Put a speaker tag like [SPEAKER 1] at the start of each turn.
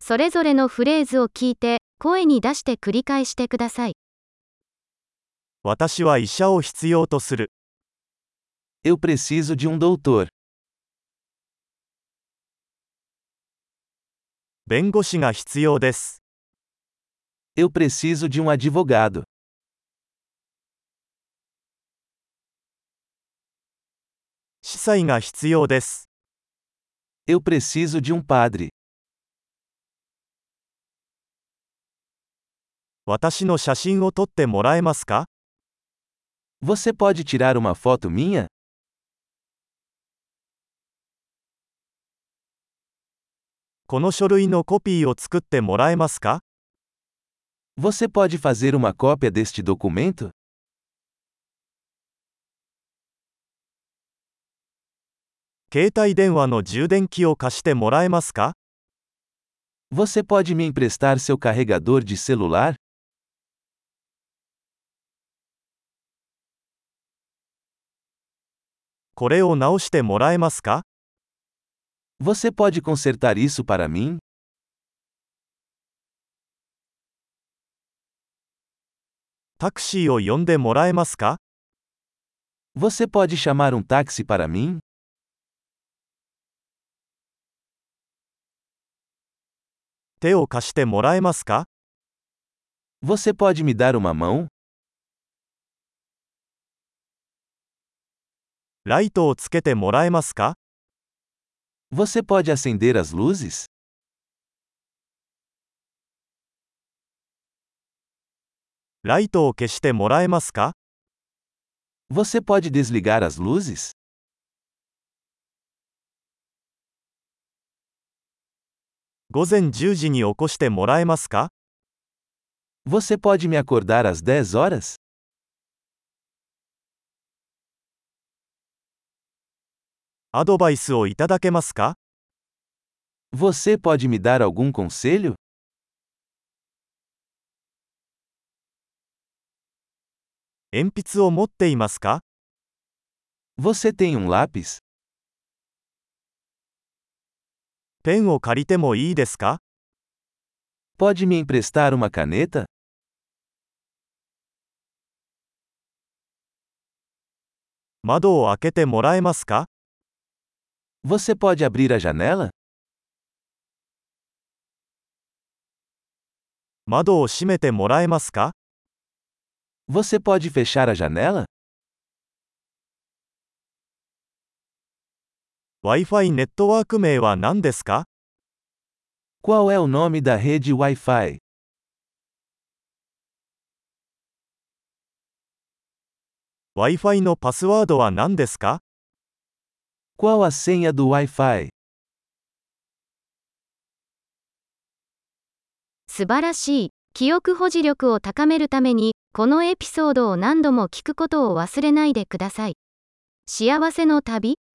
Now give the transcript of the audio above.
[SPEAKER 1] それぞれのフレーズを聞いて、声に出して繰り返してください。
[SPEAKER 2] 私は医者を必要とする。
[SPEAKER 3] Eu preciso de um doutor.
[SPEAKER 2] 弁護士が必要です。
[SPEAKER 3] Eu preciso de um advogado.
[SPEAKER 2] 司祭が必要です。
[SPEAKER 3] Eu preciso de um padre.
[SPEAKER 2] 私の写真を撮ってもらえますか
[SPEAKER 3] Você pode tirar uma foto minha?
[SPEAKER 2] この書類のコピーを作ってもらえますか
[SPEAKER 3] Você pode fazer uma cópia deste documento?
[SPEAKER 2] 携帯電話の充電器を貸してもらえますか
[SPEAKER 3] Você pode me emprestar seu carregador de celular?
[SPEAKER 2] これを直してもらえますか
[SPEAKER 3] Você pode consertar isso para mim?
[SPEAKER 2] タクシーを呼んでもらえますか
[SPEAKER 3] Você pode chamar um táxi para mim?
[SPEAKER 2] 手を貸してもらえますか
[SPEAKER 3] Você pode me dar uma mão?
[SPEAKER 2] ライトをつけてもらえますか
[SPEAKER 3] Você pode acender as luzes?
[SPEAKER 2] ライトを消してもらえますか
[SPEAKER 3] Você pode desligar as luzes?
[SPEAKER 2] 午前10時に起こしてもらえますか
[SPEAKER 3] Você pode me acordar às 10 horas?
[SPEAKER 2] アドバイスをいただけますか
[SPEAKER 3] Você pode me dar algum conselho?
[SPEAKER 2] 鉛筆を持っていますか
[SPEAKER 3] Você tem um lápis?
[SPEAKER 2] ペンを借りてもいいですか
[SPEAKER 3] Pode me emprestar uma caneta?
[SPEAKER 2] 窓を開けてもらえますか
[SPEAKER 3] Você pode abrir a janela?
[SPEAKER 2] 窓を閉めてもらえますか
[SPEAKER 3] Você pode fechar a janela?
[SPEAKER 2] Wi-Fi ネットワーク名は何ですか
[SPEAKER 3] Qual é o nome da rede Wi-Fi?
[SPEAKER 2] ワイファイのパスワードは何ですか
[SPEAKER 3] Qual a senha do Wi-Fi?
[SPEAKER 1] 素晴らしい。記憶保持力を高めるために、このエピソードを何度も聞くことを忘れないでください。幸せの旅